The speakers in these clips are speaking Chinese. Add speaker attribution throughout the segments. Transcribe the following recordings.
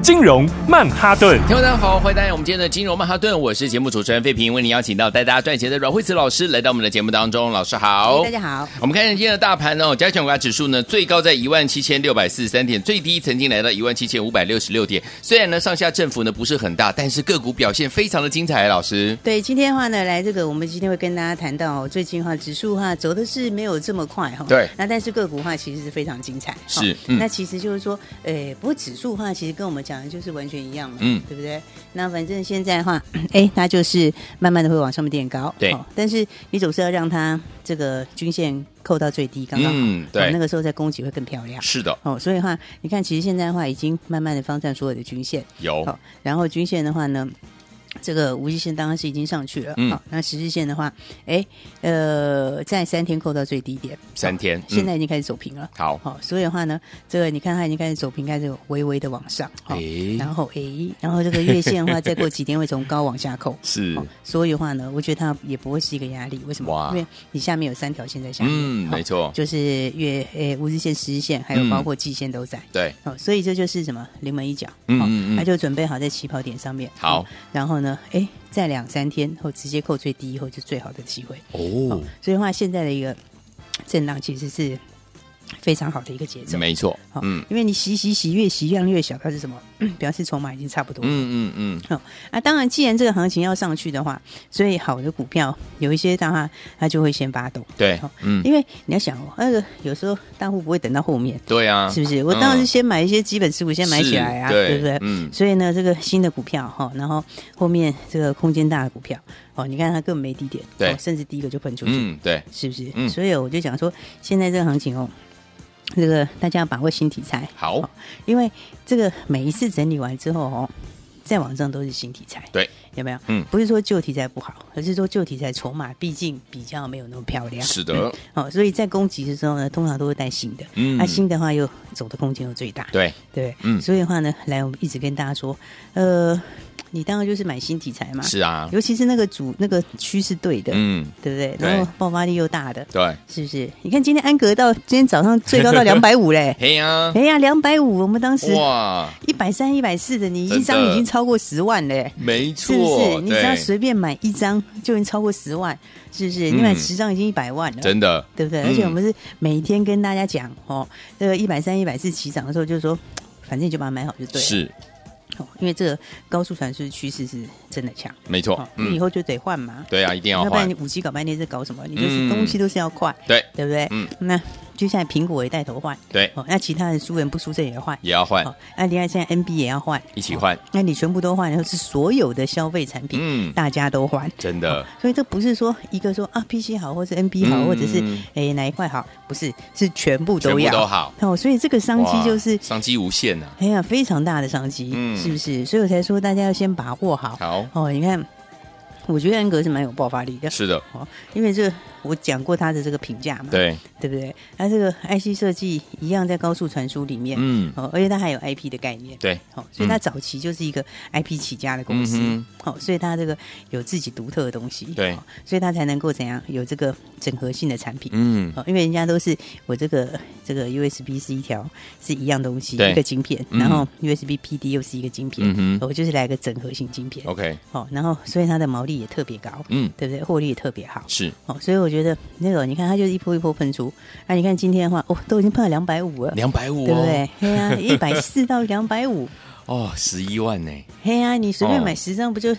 Speaker 1: 金融曼哈顿。
Speaker 2: 听众大家好，欢迎大家我们今天的金融曼哈顿，我是节目主持人费平，为您邀请到带大家赚钱的阮慧慈老师来到我们的节目当中，老师好，
Speaker 3: 哎大家好。
Speaker 2: 我们看一下今天的大盘哦，加权股价指数呢最高在一万七千六百四十三点，最低曾经来到一万七千五百六十六点。虽然呢上下振幅呢不是很大，但是个股表现非常的精彩。老师，
Speaker 3: 对，今天的话呢，来这个我们今天会跟大家谈到哦最近的话指数的话走的是没有这么快哈、哦，
Speaker 2: 对
Speaker 3: 那但是个股的话其实是非常精彩，哦
Speaker 2: 是嗯
Speaker 3: 那其实就是说，诶，不过指数的话其实跟我们讲的就是完全一样嘛，
Speaker 2: 嗯
Speaker 3: 对不对？那反正现在的话，哎，它就是慢慢的会往上面垫高，
Speaker 2: 对
Speaker 3: 但是你总是要让它这个均线扣到最低，刚刚好，
Speaker 2: 嗯对
Speaker 3: 哦那个时候再攻击会更漂亮。
Speaker 2: 是的，
Speaker 3: 哦，所以的话，你看，其实现在的话，已经慢慢的方向所有的均线，
Speaker 2: 有
Speaker 3: 好，然后均线的话呢，这个无极线当然是已经上去了。
Speaker 2: 嗯
Speaker 3: 好，那十日线的话，哎，呃，在三天扣到最低点，
Speaker 2: 三嗯天，嗯
Speaker 3: 现在已经开始走平了。
Speaker 2: 好，
Speaker 3: 好、所以的话呢，这个你看它已经开始走平，开始微微的往上。好
Speaker 2: 诶
Speaker 3: 然后哎，然后这个月线的话，再过几天会从高往下扣。
Speaker 2: 是
Speaker 3: 好所以的话呢，我觉得它也不会是一个压力。为什么
Speaker 2: 哇？
Speaker 3: 因为你下面有三条线在下面。
Speaker 2: 嗯，
Speaker 3: 好
Speaker 2: 没错，嗯
Speaker 3: 就是月诶五日线、十日线，还有包括季线都在。
Speaker 2: 对，
Speaker 3: 哦，所以这就是什么临门一脚，
Speaker 2: 嗯
Speaker 3: 哦
Speaker 2: 嗯嗯
Speaker 3: 他就准备好在起跑点上面，
Speaker 2: 好
Speaker 3: 哦然后呢，哎，在两三天后直接扣最低以后就最好的机会，
Speaker 2: 哦，
Speaker 3: 所以的话现在的一个震荡其实是非常好的一个节奏，
Speaker 2: 没错
Speaker 3: 好，
Speaker 2: 嗯
Speaker 3: 因为你洗洗洗越洗量越小，表示什么？ 表示筹码已经差不多了，
Speaker 2: 嗯嗯嗯，
Speaker 3: 好、啊，当然，既然这个行情要上去的话，所以好的股票有一些的话，它就会先发动。
Speaker 2: 对
Speaker 3: 好，
Speaker 2: 嗯，
Speaker 3: 因为你要想哦，那个有时候大户不会等到后面，
Speaker 2: 对啊，
Speaker 3: 是不是？我当然是
Speaker 2: 嗯
Speaker 3: 先买一些基本持股，先买起来啊，
Speaker 2: 是对
Speaker 3: 对不对？
Speaker 2: 嗯
Speaker 3: 所以呢，这个新的股票哈，然后后面这个空间大的股票，哦，你看它根本没低点，
Speaker 2: 对
Speaker 3: 哦甚至低一个就喷出去，
Speaker 2: 嗯，对，
Speaker 3: 是不是？
Speaker 2: 嗯
Speaker 3: 所以我就讲说，现在这个行情哦，这个大家要把握新题材，
Speaker 2: 好，
Speaker 3: 因为这个每一次整理完之后哦，再往上都是新题材，
Speaker 2: 对，
Speaker 3: 有没有？
Speaker 2: 嗯
Speaker 3: 不是说旧题材不好，而是说旧题材筹码毕竟比较没有那么漂亮，
Speaker 2: 是的，
Speaker 3: 哦，所以在攻击的时候呢，通常都会带新的，
Speaker 2: 嗯
Speaker 3: 那、啊新的话又走的空间又最大，
Speaker 2: 对，
Speaker 3: 对，
Speaker 2: 嗯
Speaker 3: 所以的话呢，来我们一直跟大家说，呃，你当然就是买新题材嘛，
Speaker 2: 是啊，
Speaker 3: 尤其是那个主那个趋势对的，
Speaker 2: 嗯，
Speaker 3: 对不对？
Speaker 2: 对
Speaker 3: 然后爆发力又大的，
Speaker 2: 对，
Speaker 3: 是不是？你看今天安格到今天早上 最高到两百五嘞，
Speaker 2: 嘿呀
Speaker 3: 哎，呀，两百五，我们当时
Speaker 2: 哇，
Speaker 3: 一百三、一百四的，你一张
Speaker 2: 真的
Speaker 3: 已经超过十万嘞。
Speaker 2: 没
Speaker 3: 是不是？
Speaker 2: 错，
Speaker 3: 你只要
Speaker 2: 对，
Speaker 3: 随便买一张就已经超过十万，是不是？你买
Speaker 2: 嗯
Speaker 3: 十张已经一百万了，
Speaker 2: 真的，
Speaker 3: 对不对？
Speaker 2: 嗯
Speaker 3: 而且我们是每天跟大家讲哦，这个一百三、一百四起涨的时候，就是说，反正你就把它买好就对了。
Speaker 2: 是
Speaker 3: 哦，因为这个高速传输趋势是真的强，
Speaker 2: 没
Speaker 3: 哦
Speaker 2: 错，，
Speaker 3: 你以
Speaker 2: 嗯，
Speaker 3: 后就得换嘛，
Speaker 2: 对啊，一定要
Speaker 3: 要不然
Speaker 2: 换
Speaker 3: 你，五 G 搞半天在搞什么？你就是
Speaker 2: 嗯
Speaker 3: 东西都是要快，
Speaker 2: 对
Speaker 3: 对不对？
Speaker 2: 嗯，
Speaker 3: 那接下来苹果也带头换，
Speaker 2: 对，
Speaker 3: 哦，那其他的输人不输阵也要换，
Speaker 2: 也要换
Speaker 3: 哦，，那另外现在 NB 也要换，
Speaker 2: 一起换
Speaker 3: 哦那你全部都换，然后是所有的消费产品，
Speaker 2: 嗯
Speaker 3: 大家都换。
Speaker 2: 真的，
Speaker 3: 所以这不是说一个说啊 PC 好，或是 NB 好，
Speaker 2: 嗯
Speaker 3: 或者是诶哪一块好，不是，是全部
Speaker 2: 全
Speaker 3: 都
Speaker 2: 部
Speaker 3: 要。
Speaker 2: 都好，
Speaker 3: 哦，所以这个商机
Speaker 2: 哇
Speaker 3: 就是
Speaker 2: 商机无限啊呐，
Speaker 3: 哎呀非常大的商机，
Speaker 2: 嗯
Speaker 3: 是不是？所以我才说大家要先把握好。
Speaker 2: 好，
Speaker 3: 哦，你看，我觉得安格是蛮有爆发力的。
Speaker 2: 是的，
Speaker 3: 哦，因为这我讲过他的这个评价嘛，
Speaker 2: 对，
Speaker 3: 对不对？那这个 IC 设计一样在高速传输里面，
Speaker 2: 嗯，
Speaker 3: 哦，而且它还有 IP 的概念，
Speaker 2: 对，
Speaker 3: 哦，所以它早期就是一个 IP 起家的公司，
Speaker 2: 嗯
Speaker 3: 哦，所以它这个有自己独特的东西，
Speaker 2: 对
Speaker 3: 哦所以它才能够怎样有这个整合性的产品。
Speaker 2: 嗯，
Speaker 3: 哦，因为人家都是我这个这个 USB 是一条是一样东西，
Speaker 2: 对
Speaker 3: 一个晶片，
Speaker 2: 嗯
Speaker 3: 然后 USB PD 又是一个晶片，
Speaker 2: 嗯哼
Speaker 3: 我、就是来个整合型晶片。
Speaker 2: ，OK，
Speaker 3: 哦，然后所以它的毛利也特别高，
Speaker 2: 嗯，
Speaker 3: 对不对？获利也特别好。
Speaker 2: 是，
Speaker 3: 哦，所以我觉得那个你看它就是一波一波喷出，那、你看今天的话，哦，都已经碰到两百五了，
Speaker 2: 两百五
Speaker 3: 对不
Speaker 2: 哦，
Speaker 3: 对？嘿呀、啊，一百四到两百五，
Speaker 2: 哦，十一万呢，
Speaker 3: 嘿呀、你随便买
Speaker 2: 哦
Speaker 3: 十张不就？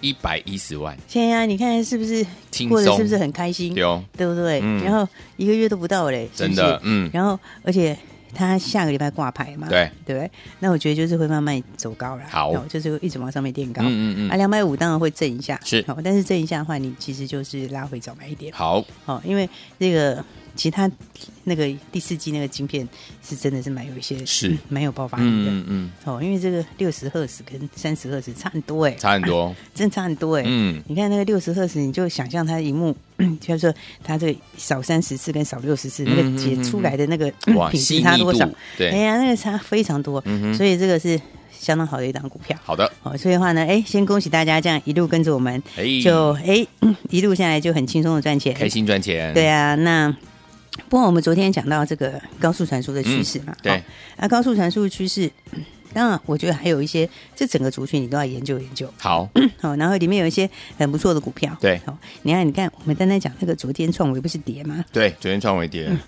Speaker 2: 一百一十万，
Speaker 3: 嘿呀、你看是不是
Speaker 2: 轻
Speaker 3: 过得
Speaker 2: 松
Speaker 3: 是不是很开心？
Speaker 2: 对哦
Speaker 3: 对不对？
Speaker 2: 嗯
Speaker 3: 然后一个月都不到嘞，是不
Speaker 2: 真的
Speaker 3: 是，呃
Speaker 2: 嗯，
Speaker 3: 然后而且它下个礼拜挂牌嘛，
Speaker 2: 对
Speaker 3: 对不对？那我觉得就是会慢慢走高了，
Speaker 2: 好
Speaker 3: 哦就是会一直往上面垫高。
Speaker 2: 嗯嗯
Speaker 3: 啊，
Speaker 2: 嗯，
Speaker 3: 两百五当然会震一下，
Speaker 2: 是
Speaker 3: 哦，但是震一下的话，你其实就是拉回早买一点，
Speaker 2: 好，
Speaker 3: 哦，因为这个其他那个第四季那个晶片是真的是蛮有一些
Speaker 2: 是
Speaker 3: 嗯蛮有爆发力的。
Speaker 2: 嗯嗯，
Speaker 3: 哦，因为这个六十赫兹跟三十赫兹差很多哎，
Speaker 2: 差很多，
Speaker 3: 真差很多哎。
Speaker 2: 嗯，
Speaker 3: 你看那个六十赫兹，你就想象它的荧幕， 就是说它这个少三十次跟少六十次，那
Speaker 2: 嗯嗯
Speaker 3: 个解出来的那个嗯
Speaker 2: 哇，
Speaker 3: 品
Speaker 2: 细
Speaker 3: 质差
Speaker 2: 腻
Speaker 3: 多少
Speaker 2: 度？，
Speaker 3: 哎
Speaker 2: 对，
Speaker 3: 呀，那个差非常多
Speaker 2: 嗯哼，
Speaker 3: 所以这个是相当好的一档股票。
Speaker 2: 好的，
Speaker 3: 哦，所以的话呢，哎，先恭喜大家这样一路跟着我们，
Speaker 2: 哎，
Speaker 3: 就哎 一路下来就很轻松的赚钱，
Speaker 2: 开心赚嗯钱，
Speaker 3: 对啊，那不过我们昨天讲到这个高速传输的趋势嘛，
Speaker 2: 嗯对
Speaker 3: 哦，那、高速传输的趋势， 嗯当然我觉得还有一些这整个族群你都要研究研究，
Speaker 2: 好，
Speaker 3: 好、嗯然后里面有一些很不错的股票，
Speaker 2: 对
Speaker 3: 好、你看你看我们单单讲那个昨天创维不是跌吗？
Speaker 2: 对，昨天创维跌
Speaker 3: 嗯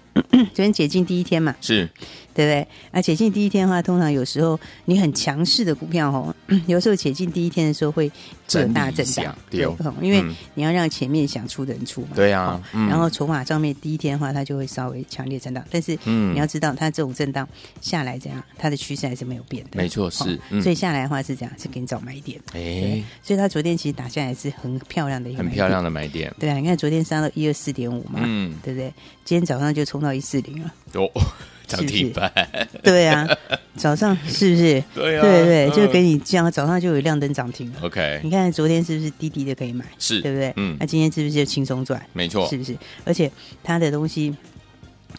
Speaker 3: 昨天解禁第一天嘛，
Speaker 2: 是
Speaker 3: 对不对？啊，解禁第一天的话，通常有时候你很强势的股票哦， 有时候解禁第一天的时候会会有
Speaker 2: 整
Speaker 3: 大
Speaker 2: 理一
Speaker 3: 震
Speaker 2: 下
Speaker 3: 荡，
Speaker 2: 对哦
Speaker 3: 哦因为
Speaker 2: 嗯
Speaker 3: 你要让前面想出的人出嘛，
Speaker 2: 对啊
Speaker 3: 哦
Speaker 2: 嗯
Speaker 3: 然后筹码上面第一天的话，它就会稍微强烈震荡，但是
Speaker 2: 嗯
Speaker 3: 你要知道，它这种震荡下来怎样，它的趋势还是没有变的，
Speaker 2: 没错
Speaker 3: 哦
Speaker 2: 是嗯
Speaker 3: 所以下来的话是这样，是给你找买点，
Speaker 2: 哎，
Speaker 3: 所以它昨天其实打下来是很漂亮的一个，
Speaker 2: 很漂亮。的买点，
Speaker 3: 对啊，你看昨天杀到一二四点五嘛，
Speaker 2: 嗯，
Speaker 3: 对不对？今天早上就冲到一四零了。
Speaker 2: 有嗯哦 涨停板，
Speaker 3: 对 啊，早上是不是？
Speaker 2: 对啊
Speaker 3: 对对，
Speaker 2: 嗯
Speaker 3: 就给你这样，早上就有亮灯涨停了。
Speaker 2: OK，
Speaker 3: 你看昨天是不是滴滴的可以买，
Speaker 2: 是
Speaker 3: 对不对？
Speaker 2: 嗯
Speaker 3: 那今天是不是就轻松赚？
Speaker 2: 没错
Speaker 3: 是，不是？而且它的东西，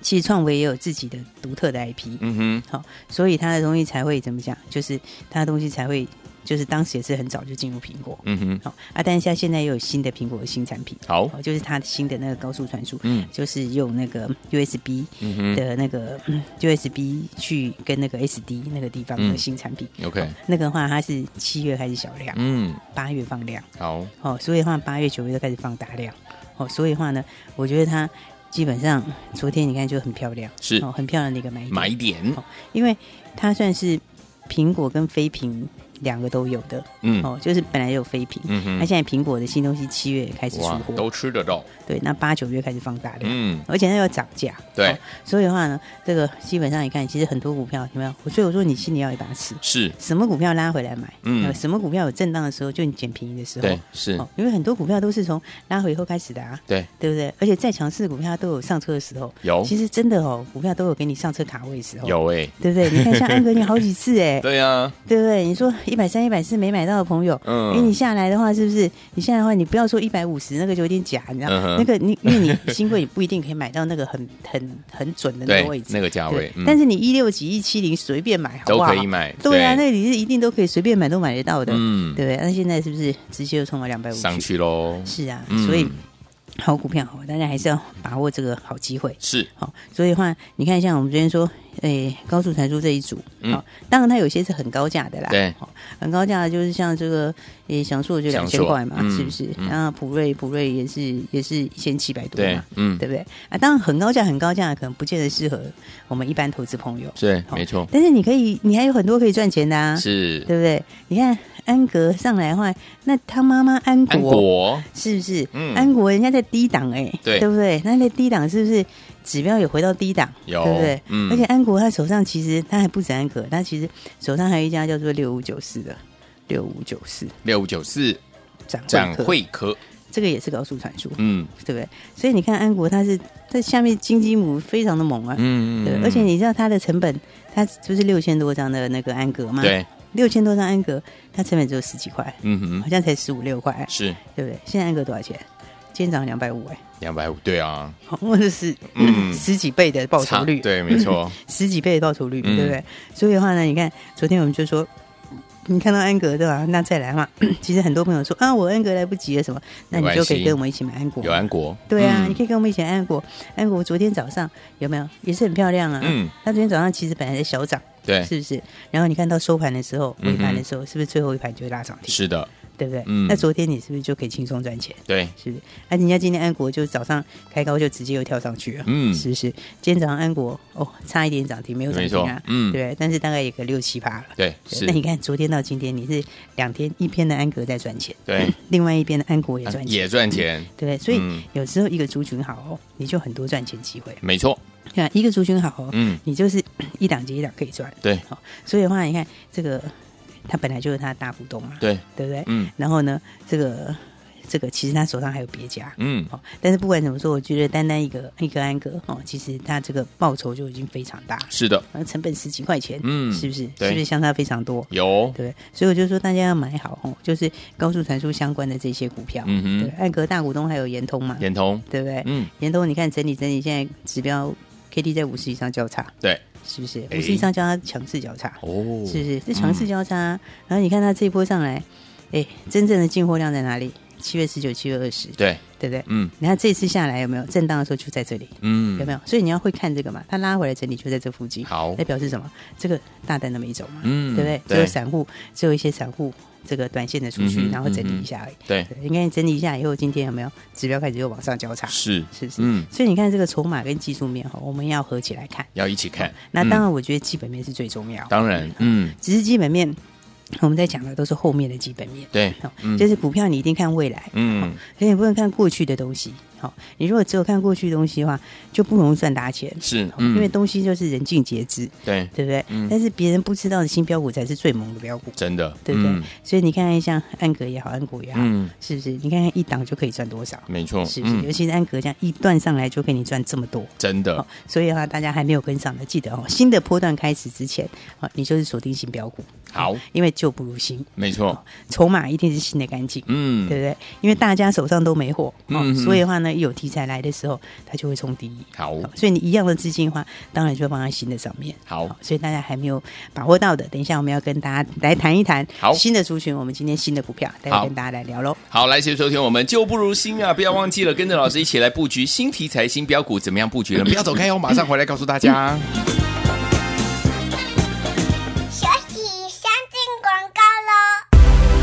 Speaker 3: 其实创维也有自己的独特的 IP，
Speaker 2: 嗯
Speaker 3: 好、所以它的东西才会怎么讲？就是它的东西才会，就是当时也是很早就进入苹果
Speaker 2: 哼，，嗯哼，
Speaker 3: 好、啊，但是现在现在又有新的苹果的新产品，
Speaker 2: 好，
Speaker 3: 哦，就是它的新的那个高速传输，
Speaker 2: 嗯
Speaker 3: 就是用那个 USB
Speaker 2: 嗯哼
Speaker 3: 的那个、嗯 USB 去跟那个 SD 那个地方
Speaker 2: 嗯
Speaker 3: 的新产品。
Speaker 2: ，OK，
Speaker 3: 那个的话，它是七月开始小量，
Speaker 2: 嗯，
Speaker 3: 八、月放量，
Speaker 2: 好，
Speaker 3: 哦，所以的话八月、九月都开始放大量，哦，所以的话呢，我觉得它基本上昨天你看就很漂亮，
Speaker 2: 是
Speaker 3: 哦，很漂亮的一个买点，
Speaker 2: 买点，
Speaker 3: 因为它算是苹果跟非屏两个都有的，
Speaker 2: 嗯
Speaker 3: 哦，就是本来有非屏，
Speaker 2: 嗯哼
Speaker 3: 那现在苹果的新东西七月开始出
Speaker 2: 哇，
Speaker 3: 货，
Speaker 2: 都吃得到，
Speaker 3: 对，那八九月开始放大量，
Speaker 2: 嗯，
Speaker 3: 而且它要涨价，
Speaker 2: 对
Speaker 3: 哦所以的话呢，这个基本上你看，其实很多股票有没有？所以我说你心里要有一把尺，
Speaker 2: 是，
Speaker 3: 什么股票拉回来买，
Speaker 2: 嗯
Speaker 3: 呃什么股票有震荡的时候，就你捡便宜的时候，
Speaker 2: 对，是，
Speaker 3: 哦，因为很多股票都是从拉回以后开始的啊，
Speaker 2: 对，
Speaker 3: 对不对？而且再强势的股票它都有上车的时候，
Speaker 2: 有
Speaker 3: 其实真的哦，股票都有给你上车卡位的时候，，
Speaker 2: 有哎，
Speaker 3: 对不对？你看像安格，你好几 次哎，
Speaker 2: 对啊，
Speaker 3: 哦对不对？你说一百三、一百四没买到的朋友，
Speaker 2: 嗯
Speaker 3: 嗯，因为你下来的话，是不是？你下来的话，你不要说一百五十，那个就有点假，你知道？
Speaker 2: 嗯哼
Speaker 3: 那个你因为你新贵，你不一定可以买到那个很很很准的那个位
Speaker 2: 对，
Speaker 3: 置，
Speaker 2: 那个价位
Speaker 3: 对，
Speaker 2: 嗯
Speaker 3: 但是你一六几、一七零随便买，好
Speaker 2: 都
Speaker 3: 不好？
Speaker 2: 可以。买，
Speaker 3: 对啊，那你是一定都可以随便买，都买得到的，
Speaker 2: 嗯，
Speaker 3: 对不对？啊那现在是不是直接就冲到两百五
Speaker 2: 上？去喽，
Speaker 3: 是啊，
Speaker 2: 嗯
Speaker 3: 所以好股票，大家还是要把握这个好机会。
Speaker 2: 是，
Speaker 3: 好、所以的话，你看像我们昨天说，诶、高速传输这一组，
Speaker 2: 嗯
Speaker 3: 好当然它有些是很高价的啦，
Speaker 2: 对
Speaker 3: 好很高价的就是像这个，诶、翔硕就两
Speaker 2: 翔
Speaker 3: 千
Speaker 2: 硕
Speaker 3: 块嘛，
Speaker 2: 嗯
Speaker 3: 是不是？
Speaker 2: 嗯
Speaker 3: 那普瑞普瑞也是也是一千七百多
Speaker 2: 对
Speaker 3: 嘛，，
Speaker 2: 嗯，
Speaker 3: 对不对？啊，当然很高价很高价的，可能不见得适合我们一般投资朋友，
Speaker 2: 对，
Speaker 3: 好
Speaker 2: 没错，
Speaker 3: 但是你可以，你还有很多可以赚钱的啊，
Speaker 2: 是
Speaker 3: 对不对？你看安格上来的话，那他妈妈安
Speaker 2: 安国，
Speaker 3: 是不是？
Speaker 2: 嗯
Speaker 3: 安国人家在低档哎、
Speaker 2: 对
Speaker 3: 对不对？那在低档是不是指标有回到低档？
Speaker 2: 有
Speaker 3: 对不对？
Speaker 2: 嗯
Speaker 3: 而且安国他手上其实他还不止安格，他其实手上还有一家叫做六五九四的六五九四
Speaker 2: 六五九四
Speaker 3: 展
Speaker 2: 展
Speaker 3: 科
Speaker 2: 会科，
Speaker 3: 这个也是高速传输，
Speaker 2: 嗯
Speaker 3: 对不对？所以你看安国他是在下面金鸡母非常的猛啊，
Speaker 2: 嗯，
Speaker 3: 对，
Speaker 2: 嗯
Speaker 3: 而且你知道它的成本，它不是六千多张的那个安格吗？，
Speaker 2: 对，
Speaker 3: 六千多张安格，它成本只有十几块，
Speaker 2: 嗯
Speaker 3: 好
Speaker 2: 哼，
Speaker 3: 像才十五六块，
Speaker 2: 是
Speaker 3: 对不对？现在安格多少钱？今天涨两百五哎。
Speaker 2: 两百五，对啊，
Speaker 3: 或者是
Speaker 2: 嗯
Speaker 3: 十几倍的报酬
Speaker 2: 差
Speaker 3: 率，
Speaker 2: 对，没错，
Speaker 3: 十几倍的报酬率，
Speaker 2: 嗯
Speaker 3: 对不对？所以的话呢，你看昨天我们就说，你看到安格对吧？那再来嘛。 其实很多朋友说啊，我安格来不及了什么，那你
Speaker 2: 没关
Speaker 3: 就
Speaker 2: 系
Speaker 3: 可以跟我们一起买安国。
Speaker 2: 有安国，
Speaker 3: 对啊，
Speaker 2: 嗯
Speaker 3: 你可以跟我们一起买安国。安国昨天早上有没有也是很漂亮啊？
Speaker 2: 嗯，
Speaker 3: 它昨天早上其实本来在小涨，
Speaker 2: 对，
Speaker 3: 是不是？然后你看到收盘的时候，
Speaker 2: 嗯哼
Speaker 3: 尾盘的时候，是不是最后一盘就会拉涨停？
Speaker 2: 是的，
Speaker 3: 对不对？
Speaker 2: 嗯
Speaker 3: 那昨天你是不是就可以轻松赚钱？
Speaker 2: 对，
Speaker 3: 是不是？那、人家今天安国就早上开高就直接又跳上去了，
Speaker 2: 嗯
Speaker 3: 是不是？今天早上安国哦，差一点涨停，没有涨
Speaker 2: 没
Speaker 3: 停
Speaker 2: 错
Speaker 3: 啊，，
Speaker 2: 嗯，
Speaker 3: 对，但是大概有个六七趴了。
Speaker 2: 对，
Speaker 3: 对
Speaker 2: 是
Speaker 3: 那，你看昨天到今天，你是两天，一边的安格在赚钱，
Speaker 2: 对，
Speaker 3: 另外一边的安国也
Speaker 2: 啊
Speaker 3: 赚钱，
Speaker 2: 也赚钱，
Speaker 3: 对不对？所以
Speaker 2: 嗯
Speaker 3: 有时候一个族群好哦，你就很多赚钱机会，
Speaker 2: 没错，
Speaker 3: 对吧？一个族群好哦，
Speaker 2: 嗯，
Speaker 3: 你就是一档接一档可以赚，
Speaker 2: 对
Speaker 3: 好、所以的话，你看这个，他本来就是他的大股东嘛，
Speaker 2: 对，
Speaker 3: 对不对？
Speaker 2: 嗯，
Speaker 3: 然后呢，这个这个其实他手上还有别家。
Speaker 2: 嗯，
Speaker 3: 哦，但是不管怎么说，我觉得单单一个一个安格哦，其实它这个报酬就已经非常大，
Speaker 2: 是的，
Speaker 3: 呃，成本十几块钱，
Speaker 2: 嗯
Speaker 3: 是不哦是？
Speaker 2: 对
Speaker 3: 是不是相差非常多？
Speaker 2: 有，
Speaker 3: 对，所以我就说大家要买好哦，就是高速传输相关的这些股票，
Speaker 2: 嗯
Speaker 3: 对，哎
Speaker 2: 哼，
Speaker 3: 安格大股东还有联通嘛，
Speaker 2: 点头，
Speaker 3: 对不对？
Speaker 2: 嗯，
Speaker 3: 联通你看整理整理，现在指标 K D 在五十以上交叉，
Speaker 2: 对，
Speaker 3: 是不是？
Speaker 2: 哎
Speaker 3: 五十以上交叉强势交叉，
Speaker 2: 哦，嗯
Speaker 3: 是不是？这强势交叉，啊然后你看它这一波上来，哎，真正的进货量在哪里？七月十九、七月二十，
Speaker 2: 对，
Speaker 3: 对不对？
Speaker 2: 嗯
Speaker 3: 你看这次下来有没有震荡的时候就在这里，有
Speaker 2: 嗯，
Speaker 3: 没有？所以你要会看这个嘛，它拉回来整理就在这附近，
Speaker 2: 好
Speaker 3: 那，表示什么？这个大单的没走嘛，
Speaker 2: 嗯
Speaker 3: 对不对？只有
Speaker 2: 对
Speaker 3: 散户，只有一些散户这个短线的出
Speaker 2: 嗯
Speaker 3: 去，
Speaker 2: 哼
Speaker 3: 然后整理一下而已。
Speaker 2: 对，
Speaker 3: 对，应该整理一下以后，今天有没有指标开始又往上交叉？
Speaker 2: 是，
Speaker 3: 啊是不是？
Speaker 2: 嗯，
Speaker 3: 所以你看这个筹码跟技术面哈，我们要合起来看。
Speaker 2: 要一起看，
Speaker 3: 哦那当
Speaker 2: 嗯，
Speaker 3: 然，我觉得基本面是最重要。
Speaker 2: 当然，嗯，
Speaker 3: 只是基本面，我们在讲的都是后面的基本面。
Speaker 2: 对
Speaker 3: 哦，
Speaker 2: 嗯
Speaker 3: 就是哦股票你一定看未来，
Speaker 2: 嗯，
Speaker 3: 所以你不能看过去的东西。好、你如果只有看过去的东西的话，就不容易赚大钱。
Speaker 2: 是，
Speaker 3: 哦因为
Speaker 2: 嗯，
Speaker 3: 东西就是人尽皆知，
Speaker 2: 对，
Speaker 3: 对不对？
Speaker 2: 嗯
Speaker 3: 但是别人不知道的新标股才是最猛的标股，
Speaker 2: 真的，
Speaker 3: 对不对？
Speaker 2: 嗯
Speaker 3: 所以你看看像安格也好，安股也好，
Speaker 2: 嗯，
Speaker 3: 是不是？你看看一档就可以赚多少，
Speaker 2: 没错，
Speaker 3: 是不是？
Speaker 2: 嗯
Speaker 3: 尤，其是安格这样一段上来就给你赚这么多。
Speaker 2: 真的
Speaker 3: 哦，所以的话，大家还没有跟上的，记得哦，新的波段开始之前，哦，你就是锁定新标股，
Speaker 2: 好，
Speaker 3: 因为旧不如新，
Speaker 2: 没错，
Speaker 3: 筹码一定是新的干净，
Speaker 2: 嗯
Speaker 3: 哦对，不对？因为大家手上都没货，哦
Speaker 2: 嗯嗯嗯
Speaker 3: 所以的话呢，一有题材来的时候，它就会冲第一。
Speaker 2: 好，
Speaker 3: 哦所以你一样的资金的话，当然就放在新的上面。哦
Speaker 2: 好，
Speaker 3: 所以大家还没有把握到的，等一下我们要跟大家来谈一谈
Speaker 2: 好
Speaker 3: 新的族群，我们今天新的股票，待
Speaker 2: 好
Speaker 3: 会跟大家来聊喽。
Speaker 2: 好，来，谢谢收听我们旧不如新啊！不要忘记了，跟着老师一起来布局新题材、新标股，怎么样布局呢？不要走开哦，马上回来告诉大家。
Speaker 4: 学习先进广告喽。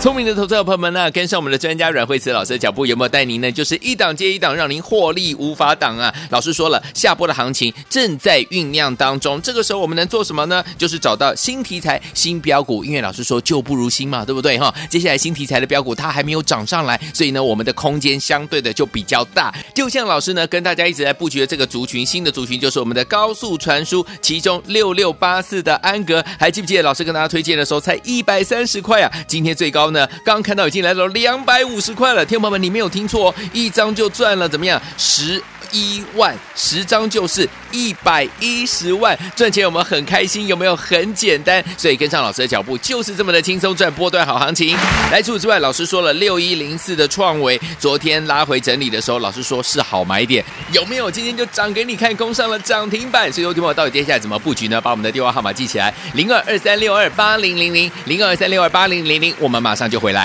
Speaker 2: 聪明的投资者朋友们呢、跟上我们的专家阮慧慈老师的脚步，有没有带您呢？就是一档接一档，让您获利无法挡啊！老师说了，下波的行情正在酝酿当中，这个时候我们能做什么呢？就是找到新题材、新标股，因为老师说旧不如新嘛，对不对哈？接下来新题材的标股它还没有涨上来，所以呢，我们的空间相对的就比较大。就像老师呢跟大家一直在布局的这个族群，新的族群就是我们的高速传输，其中六六八四的安格，还记不记得老师跟大家推荐的时候才一百三十块啊？今天最高呢，刚刚看到已经来到两百五十块了。天宝们，你没有听错、哦，一张就赚了怎么样？十。一万十张就是一百一十万，赚钱我们很开心，有没有很简单？所以跟上老师的脚步，就是这么的轻松赚波段好行情。来，除此之外，老师说了，六一零四的创维昨天拉回整理的时候，老师说是好买点，有没有？今天就涨给你看，攻上了涨停板。所以，有听我到底接下来怎么布局呢？把我们的电话号码记起来，零二二三六二八零零零，零二三六二八零零零，我们马上就回来。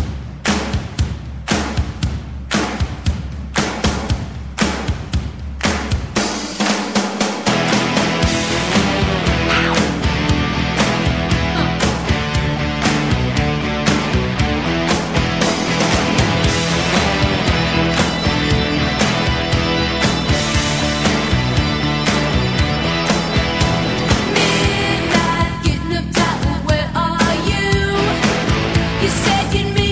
Speaker 5: Midnight, getting up tight, where are you? You said you'd meet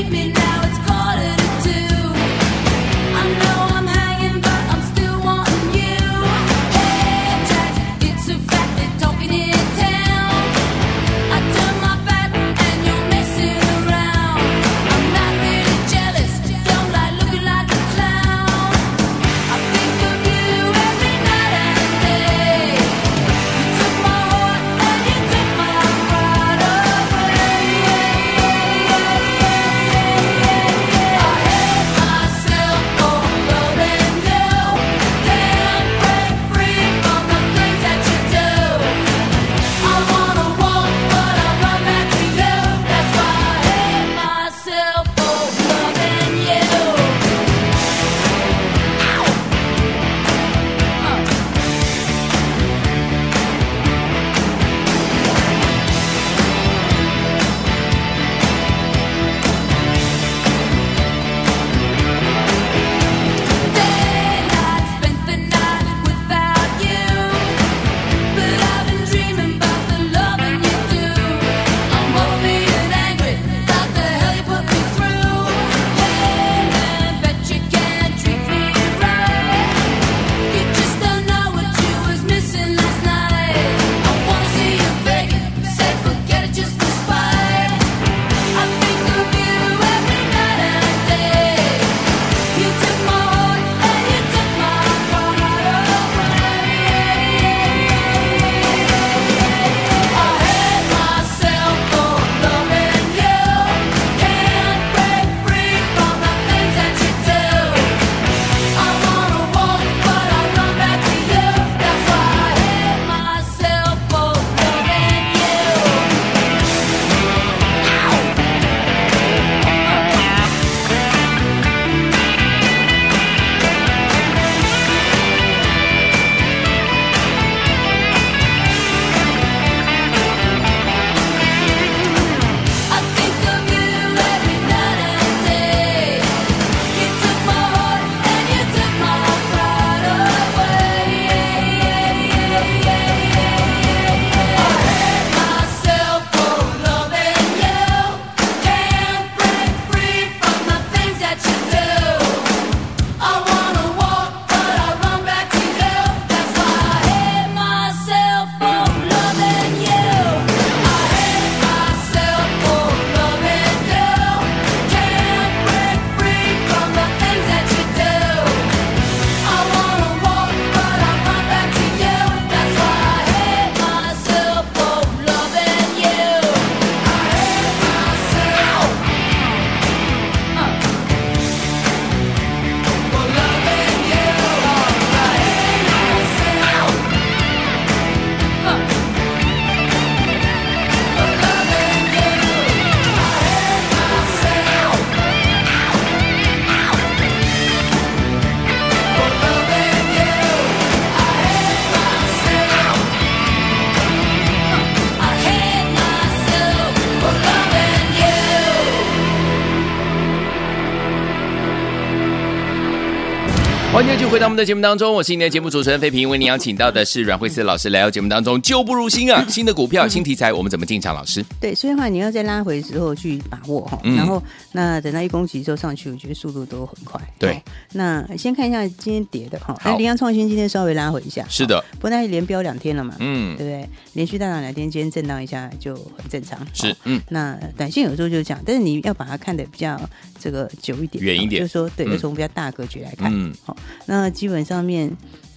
Speaker 2: 欢迎继续回到我们的节目当中，我是今天的节目主持人费平，为您邀请到的是阮慧慈老师来到节目当中，旧不如新啊，新的股票、新题材，我们怎么进场？老师，
Speaker 3: 对，所以的话，你要再拉回之后去把握哈，
Speaker 2: 嗯
Speaker 3: 然后那等到一攻击之后上去，我觉得速度都很快。
Speaker 2: 对
Speaker 3: 哦，那先看一下今天跌的哈，
Speaker 2: 好
Speaker 3: 那羚羊创新今天稍微拉回一下，哦
Speaker 2: 是的，
Speaker 3: 不过它也连飙两天了嘛，
Speaker 2: 嗯
Speaker 3: 对不对？连续大涨两天，今天震荡一下就很正常。
Speaker 2: 是
Speaker 3: 哦，
Speaker 2: 嗯，
Speaker 3: 那短线有时候就是这样，但是你要把它看得比较这个久一点，
Speaker 2: 远一点
Speaker 3: 就是说对，
Speaker 2: 嗯
Speaker 3: 要从比较大格局来看。
Speaker 2: 嗯
Speaker 3: 好，那基本上面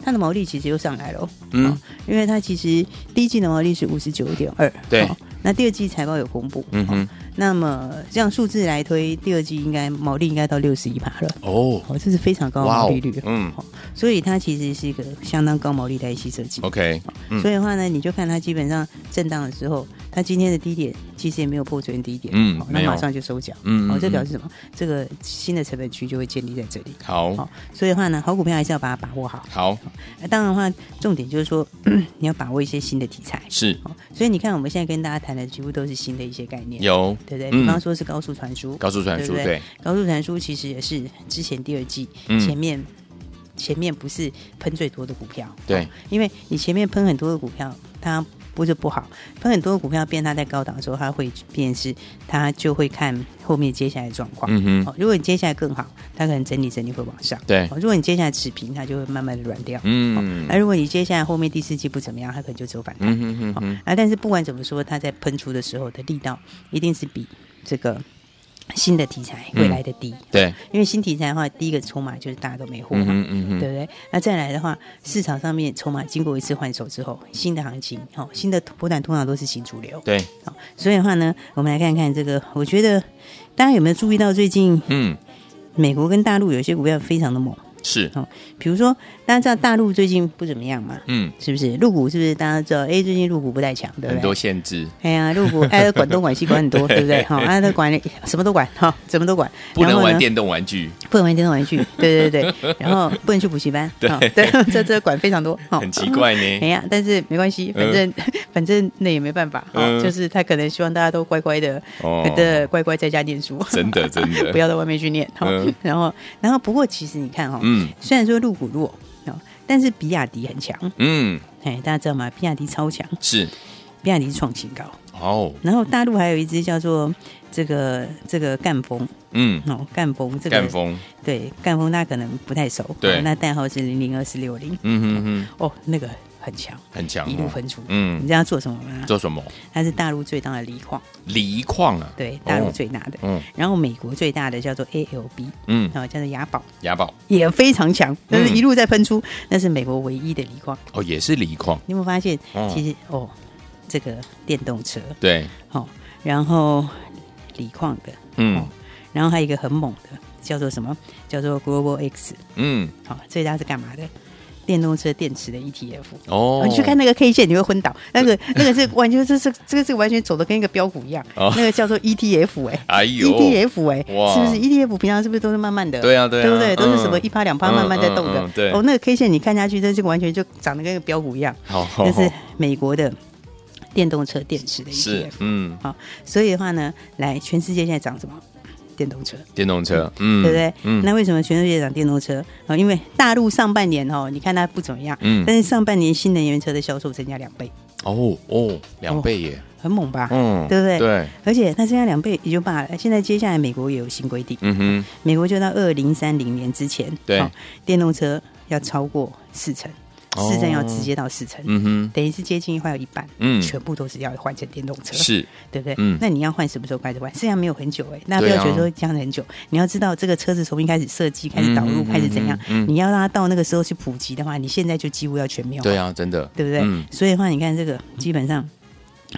Speaker 3: 它的毛利其实又上来了哦，
Speaker 2: 嗯
Speaker 3: 哦，因为它其实第一季的毛利是五十九点二，
Speaker 2: 对
Speaker 3: 哦那第二季财报有公布，
Speaker 2: 嗯
Speaker 3: 哦
Speaker 2: 哼，
Speaker 3: 那么这样数字来推，第二季应该毛利应该到六十一趴了，
Speaker 2: 哦
Speaker 3: 哦，这是非常高的
Speaker 2: 哇哦
Speaker 3: 毛利率，
Speaker 2: 嗯
Speaker 3: 哦，所以它其实是一个相当高毛利的 IC 设计。
Speaker 2: ，OK，嗯
Speaker 3: 所以的话呢，你就看它基本上震荡的时候，它今天的低点其实也没有破昨天低点，
Speaker 2: 嗯
Speaker 3: 哦
Speaker 2: 没
Speaker 3: 那
Speaker 2: 有
Speaker 3: 马上就收脚，
Speaker 2: 嗯
Speaker 3: 哦，这
Speaker 2: 嗯
Speaker 3: 表示什么？这个新的成本区就会建立在这里，
Speaker 2: 好，
Speaker 3: 哦，所以的话呢，好股票还是要把它把握好。
Speaker 2: 好，
Speaker 3: 那当然的话，重点就是说 你要把握一些新的题材，
Speaker 2: 是
Speaker 3: 哦，所以你看我们现在跟大家谈的几乎都是新的一些概念，
Speaker 2: 有
Speaker 3: 对不对？
Speaker 2: 嗯
Speaker 3: 比方说是高速传输，
Speaker 2: 高速传输，
Speaker 3: 对不对
Speaker 2: 对，
Speaker 3: 高速传输其实也是之前第二季、
Speaker 2: 嗯
Speaker 3: 前面前面不是喷最多的股票，
Speaker 2: 对
Speaker 3: 哦因为你前面喷很多的股票，它不是不好，喷很多的股票变它在高档的时候，它会变是它就会看后面接下来的状况。
Speaker 2: 嗯哼，
Speaker 3: 哦，如果你接下来更好，它可能整理整理会往上。
Speaker 2: 对
Speaker 3: 哦，如果你接下来持平，它就会慢慢的软掉。
Speaker 2: 嗯
Speaker 3: 那、，如果你接下来后面第四季不怎么样，它可能就走反弹。
Speaker 2: 嗯哼哼哼，
Speaker 3: 啊，但是不管怎么说，它在喷出的时候的力道一定是比这个新的题材会来的低。
Speaker 2: 对，
Speaker 3: 因为新题材的话，第一个筹码就是大家都没货
Speaker 2: 嗯
Speaker 3: 嘛。
Speaker 2: 哼嗯
Speaker 3: 对
Speaker 2: 哼，
Speaker 3: 不对？那再来的话，市场上面筹码经过一次换手之后，新的行情，好、新的波段通常都是新主流，
Speaker 2: 对，
Speaker 3: 好、所以的话呢，我们来看看这个，我觉得大家有没有注意到最近
Speaker 2: 嗯，
Speaker 3: 美国跟大陆有一些股票非常的猛，
Speaker 2: 是，
Speaker 3: 比如说大家知道大陆最近不怎么样嘛，
Speaker 2: 嗯，
Speaker 3: 是不是？入股是不是大家知道？哎，最近入股不太强，对不
Speaker 2: 很
Speaker 3: 对
Speaker 2: 多？限制，
Speaker 3: 哎呀，入股哎，管东管西管很多，
Speaker 2: 对
Speaker 3: 对不对？好、啊，他管什么都管，哈、什么都管，
Speaker 2: 不
Speaker 3: 然
Speaker 2: 能
Speaker 3: 后呢
Speaker 2: 玩电动玩具，
Speaker 3: 不能玩电动玩具， 对对对对，然后不能去补习班，
Speaker 2: 对
Speaker 3: 哦对， 这这管非常多，哦
Speaker 2: 很奇。怪
Speaker 3: 哎
Speaker 2: 呢，
Speaker 3: 呀，但是没关系，反正、 反正那也没办法哈、
Speaker 2: 嗯
Speaker 3: 就是他可能希望大家都乖乖的，
Speaker 2: 哦
Speaker 3: 的乖乖在家念书，
Speaker 2: 真的真的
Speaker 3: 不，要到外面去念哈、
Speaker 2: 嗯
Speaker 3: 然后然后不过其实你看哈、
Speaker 2: 嗯
Speaker 3: 虽然说入股弱哦，但是比亚迪很强，
Speaker 2: 嗯，
Speaker 3: 哎，大家知道吗？比亚迪超强，
Speaker 2: 是，
Speaker 3: 比亚迪创新高，
Speaker 2: 哦，
Speaker 3: 然后大陆还有一只叫做这个这个赣锋
Speaker 2: 嗯，
Speaker 3: 哦，赣锋这个
Speaker 2: 干风，
Speaker 3: 对，赣锋大家可能不太熟，
Speaker 2: 对
Speaker 3: 哦那代号是零零二四六零，
Speaker 2: 嗯哼哼，
Speaker 3: 哦，那个很强，
Speaker 2: 很强
Speaker 3: 一路
Speaker 2: 哦，
Speaker 3: 喷出。你
Speaker 2: 嗯，
Speaker 3: 知道它做什么吗？
Speaker 2: 做什么？
Speaker 3: 它是大陆最大的锂矿，
Speaker 2: 锂矿啊，
Speaker 3: 对，大陆
Speaker 2: 哦
Speaker 3: 最大的。
Speaker 2: 嗯
Speaker 3: 然后美国最大的叫做 ALB，
Speaker 2: 嗯，
Speaker 3: 然后哦叫做雅宝，
Speaker 2: 雅宝
Speaker 3: 也非常强，但是
Speaker 2: 嗯
Speaker 3: 一路在喷出，那是美国唯一的锂矿。
Speaker 2: 哦，也是锂矿，
Speaker 3: 你有没有发现
Speaker 2: 哦？
Speaker 3: 其实哦，这个电动车
Speaker 2: 对，
Speaker 3: 哦，然后锂矿的，
Speaker 2: 嗯
Speaker 3: 哦然后还有一个很猛的，叫做什么？叫做 Global X。
Speaker 2: 嗯，
Speaker 3: 好、最大是干嘛的？电动车电池的 E ETF。
Speaker 2: 哦，
Speaker 3: 哦、你去看那个 K 线，你会昏倒。那个、那个是完全，这是这个是完全走的跟一个标股一样。
Speaker 2: 哦
Speaker 3: 那个叫做 ETF 哎、
Speaker 2: 哎呦
Speaker 3: ETF 哎、
Speaker 2: 哇
Speaker 3: 是不是 ETF 平常是不是都是慢慢的？
Speaker 2: 对啊对啊
Speaker 3: 对不对？都是什么
Speaker 2: 嗯
Speaker 3: 一趴两趴慢慢在动的。
Speaker 2: 嗯嗯嗯对
Speaker 3: 哦，那个 K 线你看下去，这是完全就长得跟个标股一样。
Speaker 2: 好，好，
Speaker 3: 那
Speaker 2: 好
Speaker 3: 是 E 美国的电动车电池的 ETF
Speaker 2: 哦是。，嗯，
Speaker 3: 好、所以的话呢，来全世界现在涨什么？电动车。
Speaker 2: 电动车，嗯，
Speaker 3: 对不对？
Speaker 2: 嗯，
Speaker 3: 那为什么全世界涨电动车？哦，因为大陆上半年哦，你看它不怎么样，
Speaker 2: 嗯
Speaker 3: 但是上半年新能源车的销售增加两倍，
Speaker 2: 哦哦，两倍耶，
Speaker 3: 很猛吧？
Speaker 2: 嗯，
Speaker 3: 哦对不对
Speaker 2: 对，
Speaker 3: 而且它增加两倍也就罢了，现在接下来美国也有新规定，
Speaker 2: 嗯哼，
Speaker 3: 美国就到二零三零年之前，
Speaker 2: 对
Speaker 3: 电动车要超过四成，
Speaker 2: 哦
Speaker 3: 四成要直接到四成，
Speaker 2: 嗯哼，
Speaker 3: 等于是接近快有一半，
Speaker 2: 嗯
Speaker 3: 全部都是要换成电动车，
Speaker 2: 是，
Speaker 3: 对不对？
Speaker 2: 嗯
Speaker 3: 那你要换什么时候开始换？实际上没有很久哎、大家不
Speaker 2: 对啊
Speaker 3: 要觉得说这样很久，你要知道这个车子从一开始设计、开始导入、
Speaker 2: 嗯
Speaker 3: 开始怎样，
Speaker 2: 嗯嗯
Speaker 3: 你要让它到那个时候去普及的话，你现在就几乎要全面化，
Speaker 2: 对啊，真的，
Speaker 3: 对不对？
Speaker 2: 嗯，
Speaker 3: 所以的话，你看这个基本上。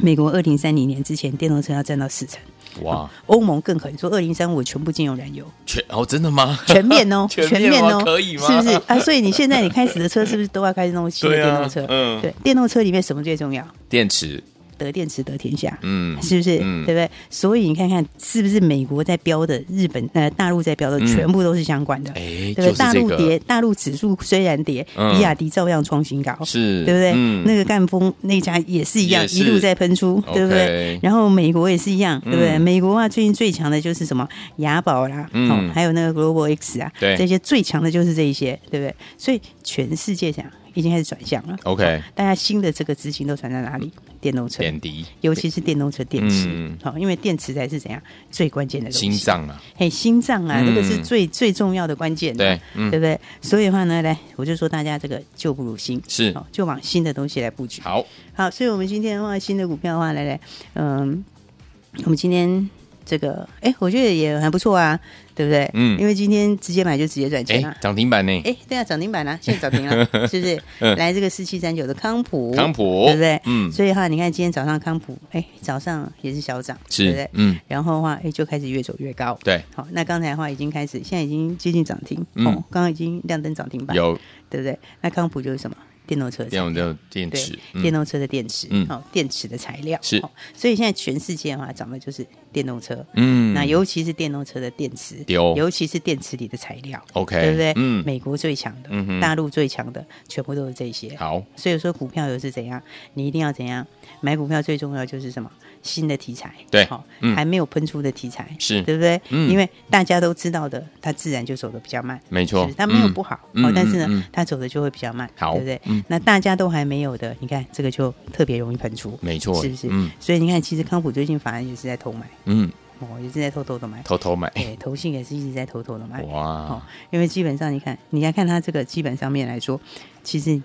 Speaker 3: 美国二零三零年之前，电动车要占到四成。
Speaker 2: 哇，
Speaker 3: 欧盟更狠，说二零三五全部禁用燃油，
Speaker 2: 全哦，真的吗？，
Speaker 3: 全面哦
Speaker 2: 全面吗
Speaker 3: 哦，
Speaker 2: 可以吗
Speaker 3: 是不是啊？所以你现在你开始的车是不是都要开始弄新的
Speaker 2: 对
Speaker 3: 电
Speaker 2: 啊
Speaker 3: 动 车？
Speaker 2: 嗯
Speaker 3: 对，电动车里面什么最重要？
Speaker 2: 电池，
Speaker 3: 得电池得天下。
Speaker 2: 嗯
Speaker 3: 是不是？
Speaker 2: 嗯
Speaker 3: 对不对？所以你看看，是不是美国在标的、日本呃大陆在标的，
Speaker 2: 嗯
Speaker 3: 全部都是相关的，
Speaker 2: 哎，
Speaker 3: 对
Speaker 2: 就
Speaker 3: 不对？
Speaker 2: 是
Speaker 3: 大
Speaker 2: 这
Speaker 3: 陆
Speaker 2: 个
Speaker 3: 跌，大陆指数虽然跌，
Speaker 2: 嗯
Speaker 3: 比亚迪照样创新高，
Speaker 2: 是，
Speaker 3: 哦
Speaker 2: 嗯
Speaker 3: 对不对？那
Speaker 2: 个
Speaker 3: 个赣锋那家也是一样
Speaker 2: 也，是
Speaker 3: 一路在喷出，对不对？
Speaker 2: 对？
Speaker 3: 然后美国也是一样，对不对？
Speaker 2: 嗯
Speaker 3: 美国啊，最近最强的就是什么雅宝啦，
Speaker 2: 嗯
Speaker 3: 哦，还有那个 Global X 啊，
Speaker 2: 对
Speaker 3: 这些最强的就是这一些，对不对？所以全世界讲已经开始转向了。
Speaker 2: OK
Speaker 3: 大家新的这个资金都转到哪里？电动车，
Speaker 2: 点滴
Speaker 3: 尤其是电动车电池
Speaker 2: 嗯，
Speaker 3: 好、因为电池才是怎样最关键的东西。
Speaker 2: 心，脏啊，
Speaker 3: 嘿，心脏啊，
Speaker 2: 嗯
Speaker 3: 这个是最最重要的关键、啊，
Speaker 2: 对嗯
Speaker 3: 对不对？所以的话呢，来，我就说大家这个旧不如新，
Speaker 2: 是
Speaker 3: 哦，就往新的东西来布局。
Speaker 2: 好，
Speaker 3: 好，所以我们今天的话，新的股票的话，来来，嗯，我们今天这个，哎，我觉得也还不错啊，对不对？
Speaker 2: 嗯
Speaker 3: 因为今天直接买就直接赚
Speaker 2: 哎
Speaker 3: 钱啊，。
Speaker 2: 涨停板呢？
Speaker 3: 哎，对啊，涨停板啊，现在涨停 了，是不是？
Speaker 2: 嗯
Speaker 3: 来这个四七三九的康普，
Speaker 2: 康普，
Speaker 3: 对不对？
Speaker 2: 嗯，
Speaker 3: 所以的话，你看今天早上康普，哎，早上也是小涨，对不
Speaker 2: 是
Speaker 3: 对，？
Speaker 2: 嗯，
Speaker 3: 然后的话，哎，就开始越走越高。
Speaker 2: 对，
Speaker 3: 好，那刚才的话已经开始，现在已经接近涨停，
Speaker 2: 嗯
Speaker 3: 哦，刚刚已经亮灯涨停板，
Speaker 2: 有
Speaker 3: 对不对？那康普就是什么？电动车
Speaker 2: 电
Speaker 3: 材，
Speaker 2: 动电电池
Speaker 3: 对，，
Speaker 2: 嗯
Speaker 3: 电动车的电池
Speaker 2: 嗯，
Speaker 3: 哦，电池的材料
Speaker 2: 是
Speaker 3: 哦所以现在全世界的话涨的就是电动车，
Speaker 2: 嗯
Speaker 3: 那尤其是电动车的电池，
Speaker 2: 有
Speaker 3: 尤其是电池里的材料。
Speaker 2: OK，
Speaker 3: 对不对？
Speaker 2: 嗯，
Speaker 3: 美国最强的
Speaker 2: 嗯哼，
Speaker 3: 大陆最强的，全部都是这些。
Speaker 2: 好，
Speaker 3: 所以说股票又是怎样？你一定要怎样买股票？最重要就是什么？新的题材，
Speaker 2: 对
Speaker 3: 好
Speaker 2: 嗯
Speaker 3: 还没有喷出的题材，
Speaker 2: 是
Speaker 3: 对不对？
Speaker 2: 嗯
Speaker 3: 因为大家都知道的，它自然就走的比较慢，
Speaker 2: 没
Speaker 3: 是
Speaker 2: 错
Speaker 3: 不是，它没有
Speaker 2: 嗯
Speaker 3: 不好，
Speaker 2: 嗯
Speaker 3: 哦，但是呢，
Speaker 2: 嗯嗯
Speaker 3: 它走的就会比较慢，
Speaker 2: 好
Speaker 3: 对不对？
Speaker 2: 嗯
Speaker 3: 那大家都还没有的，你看这个就特别容易喷出，
Speaker 2: 没错，
Speaker 3: 是不是？
Speaker 2: 嗯
Speaker 3: 所以你看，其实康普最近反而也是在偷买，
Speaker 2: 嗯，
Speaker 3: 哦，也是在偷偷的买，
Speaker 2: 偷哎偷买，
Speaker 3: 对，投信也是一直在偷偷的买，哦
Speaker 2: 哇，，
Speaker 3: 因为基本上你看，你来看它这个基本上面来说，其实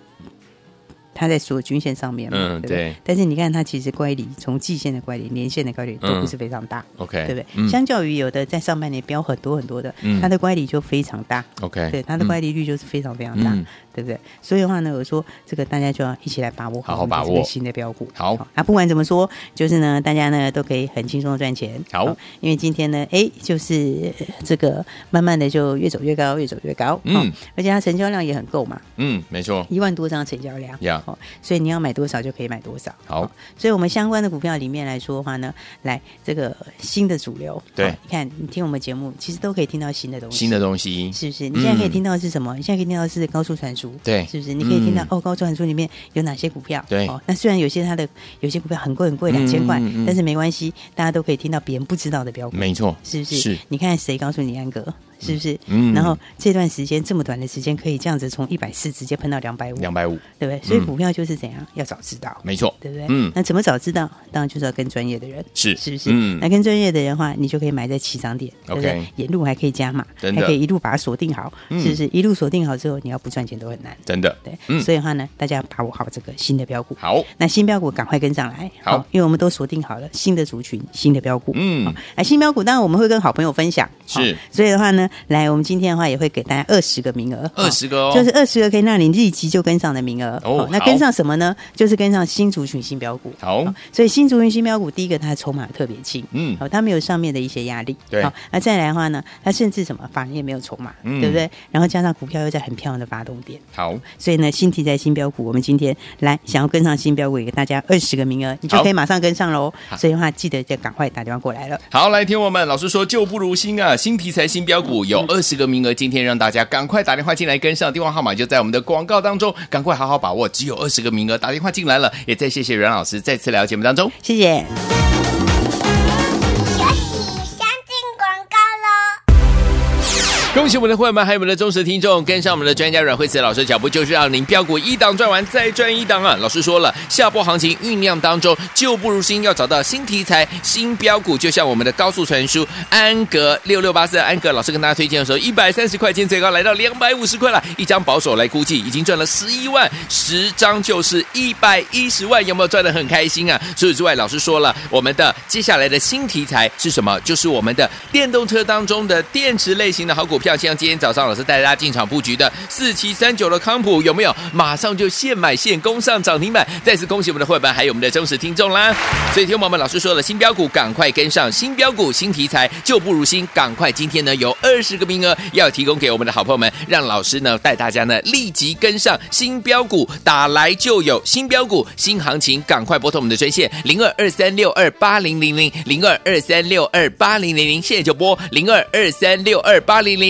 Speaker 3: 它在所有均线上面嘛，
Speaker 2: 嗯
Speaker 3: 对不对
Speaker 2: 对
Speaker 3: 但是你看它其实乖离，从季线的乖离、年线的乖离都不是非常大，
Speaker 2: ，OK，
Speaker 3: 对不对？
Speaker 2: 嗯
Speaker 3: 相较于有的在上半年标很多很多的，
Speaker 2: 嗯
Speaker 3: 它的乖离就非常大，
Speaker 2: ，OK，嗯
Speaker 3: 对它的啊乖离率就是非常非常大，
Speaker 2: 嗯，嗯
Speaker 3: 对不对？所以的话呢，我说这个大家就要一起来把握
Speaker 2: 好好
Speaker 3: 我们的
Speaker 2: 把
Speaker 3: 这个
Speaker 2: 握
Speaker 3: 新的标股。
Speaker 2: 好
Speaker 3: 那不管怎么说，就是呢，大家呢都可以很轻松的赚钱。
Speaker 2: 好
Speaker 3: 因为今天呢，哎，就是呃这个慢慢的就越走越高，越走越高。
Speaker 2: 嗯
Speaker 3: 哦而且它成交量也很够嘛，
Speaker 2: 嗯，没错，
Speaker 3: 一万多张成交量。
Speaker 2: 呀
Speaker 3: 哦，所以你要买多少就可以买多少。
Speaker 2: 好
Speaker 3: 哦所以我们相关的股票里面来说的话呢，来这个新的主流，
Speaker 2: 对
Speaker 3: 哦你看你听我们节目，其实都可以听到新的东西。
Speaker 2: 新的东西，
Speaker 3: 是不是？你现在可以
Speaker 2: 嗯
Speaker 3: 听到是什么？你现在可以听到是高速传输，
Speaker 2: 对
Speaker 3: 是不是？你可以听到、
Speaker 2: 嗯
Speaker 3: 哦，高速传输里面有哪些股票？
Speaker 2: 对
Speaker 3: 哦，那虽然有些它的有些股票很贵很贵，两千块
Speaker 2: 嗯嗯，
Speaker 3: 但是没关系，大家都可以听到别人不知道的标股，
Speaker 2: 没错，
Speaker 3: 是不是？
Speaker 2: 是，
Speaker 3: 你看谁告诉你安格？是不是？
Speaker 2: 嗯
Speaker 3: 然后这段时间这么短的时间，可以这样子从一百四直接喷到两百五，
Speaker 2: 两百五，
Speaker 3: 对不对？所以
Speaker 2: 嗯
Speaker 3: 股票就是怎样，要早知道，
Speaker 2: 没错，
Speaker 3: 对不对？
Speaker 2: 嗯，
Speaker 3: 那怎么早知道？当然就是要跟专业的人，
Speaker 2: 是
Speaker 3: 是不是？
Speaker 2: 嗯
Speaker 3: 那跟专业的人的话，你就可以买在起涨点，对不
Speaker 2: OK
Speaker 3: 对？沿路还可以加码，
Speaker 2: 真
Speaker 3: 还
Speaker 2: 的
Speaker 3: 可以一路把它锁定好，
Speaker 2: 嗯
Speaker 3: 是不是？一路锁定好之后，你要不赚钱都很难，
Speaker 2: 真的，
Speaker 3: 对。
Speaker 2: 嗯
Speaker 3: 所以的话呢，大家把握好这个新的标股。
Speaker 2: 好，
Speaker 3: 那新标股赶快跟上来，
Speaker 2: 好
Speaker 3: 因为我们都锁定好了新的族群、新的标股。
Speaker 2: 嗯，
Speaker 3: 那新标股当然我们会跟好朋友分享，
Speaker 2: 是
Speaker 3: 好所以的话呢，来我们今天的话也会给大家二十个名额，
Speaker 2: 二十个哦，
Speaker 3: 就是二十个可以让你立即就跟上的名额。
Speaker 2: 哦
Speaker 3: 哦，那
Speaker 2: 好
Speaker 3: 跟上什么呢？就是跟上新族群、新标股。哦
Speaker 2: 好
Speaker 3: 所以新族群、新标股，第一个它的筹码特别轻，
Speaker 2: 嗯
Speaker 3: 好、它没有上面的一些压力。
Speaker 2: 对
Speaker 3: 好，那再来的话呢，它甚至什么反而也没有筹码，
Speaker 2: 嗯
Speaker 3: 对不对？然后加上股票又在很漂亮的发动点，
Speaker 2: 好，
Speaker 3: 所以呢，新题材、新标股，我们今天来想要跟上新标股，也给大家二十个名额，你就
Speaker 2: 好
Speaker 3: 可以马上跟上喽
Speaker 2: 好。
Speaker 3: 所以的话，记得就赶快打电话过来了。
Speaker 2: 好，来，听我们老师说旧不如新啊，新题材新标股有二十个名额，今天让大家赶快打电话进来跟上，电话号码就在我们的广告当中，赶快好好把握，只有二十个名额，打电话进来了，也再谢谢阮老师再次来到节目当中。
Speaker 3: 谢谢。
Speaker 4: 学习先进广告喽。
Speaker 2: 恭喜我们的会员们，还有我们的忠实听众，跟上我们的专家阮慧慈老师的脚步，就是让您标股一档赚完再赚一档啊！老师说了，下波行情酝酿当中，旧不如新，要找到新题材、新标股，就像我们的高速传输安格六六八四，安格老师跟大家推荐的时候，一百三十块钱最高来到两百五十块了，一张保守来估计已经赚了十一万，十张就是一百一十万，有没有赚得很开心啊？除此之外，老师说了，我们的接下来的新题材是什么？就是我们的电动车当中的电池类型的好股票。票，像今天早上老师带大家进场布局的四七三九的康普有没有？马上就现买现攻上涨停板，再次恭喜我们的会员还有我们的忠实听众啦！所以听众朋友们，老师说了，新标股赶快跟上，新标股新题材旧不如新，赶快今天呢有二十个名额要提供给我们的好朋友们，让老师呢带大家呢立即跟上新标股，打来就有新标股新行情，赶快拨通我们的专线零二二三六二八零零零零二二三六二八零零零，现在就拨零二二三六二八零零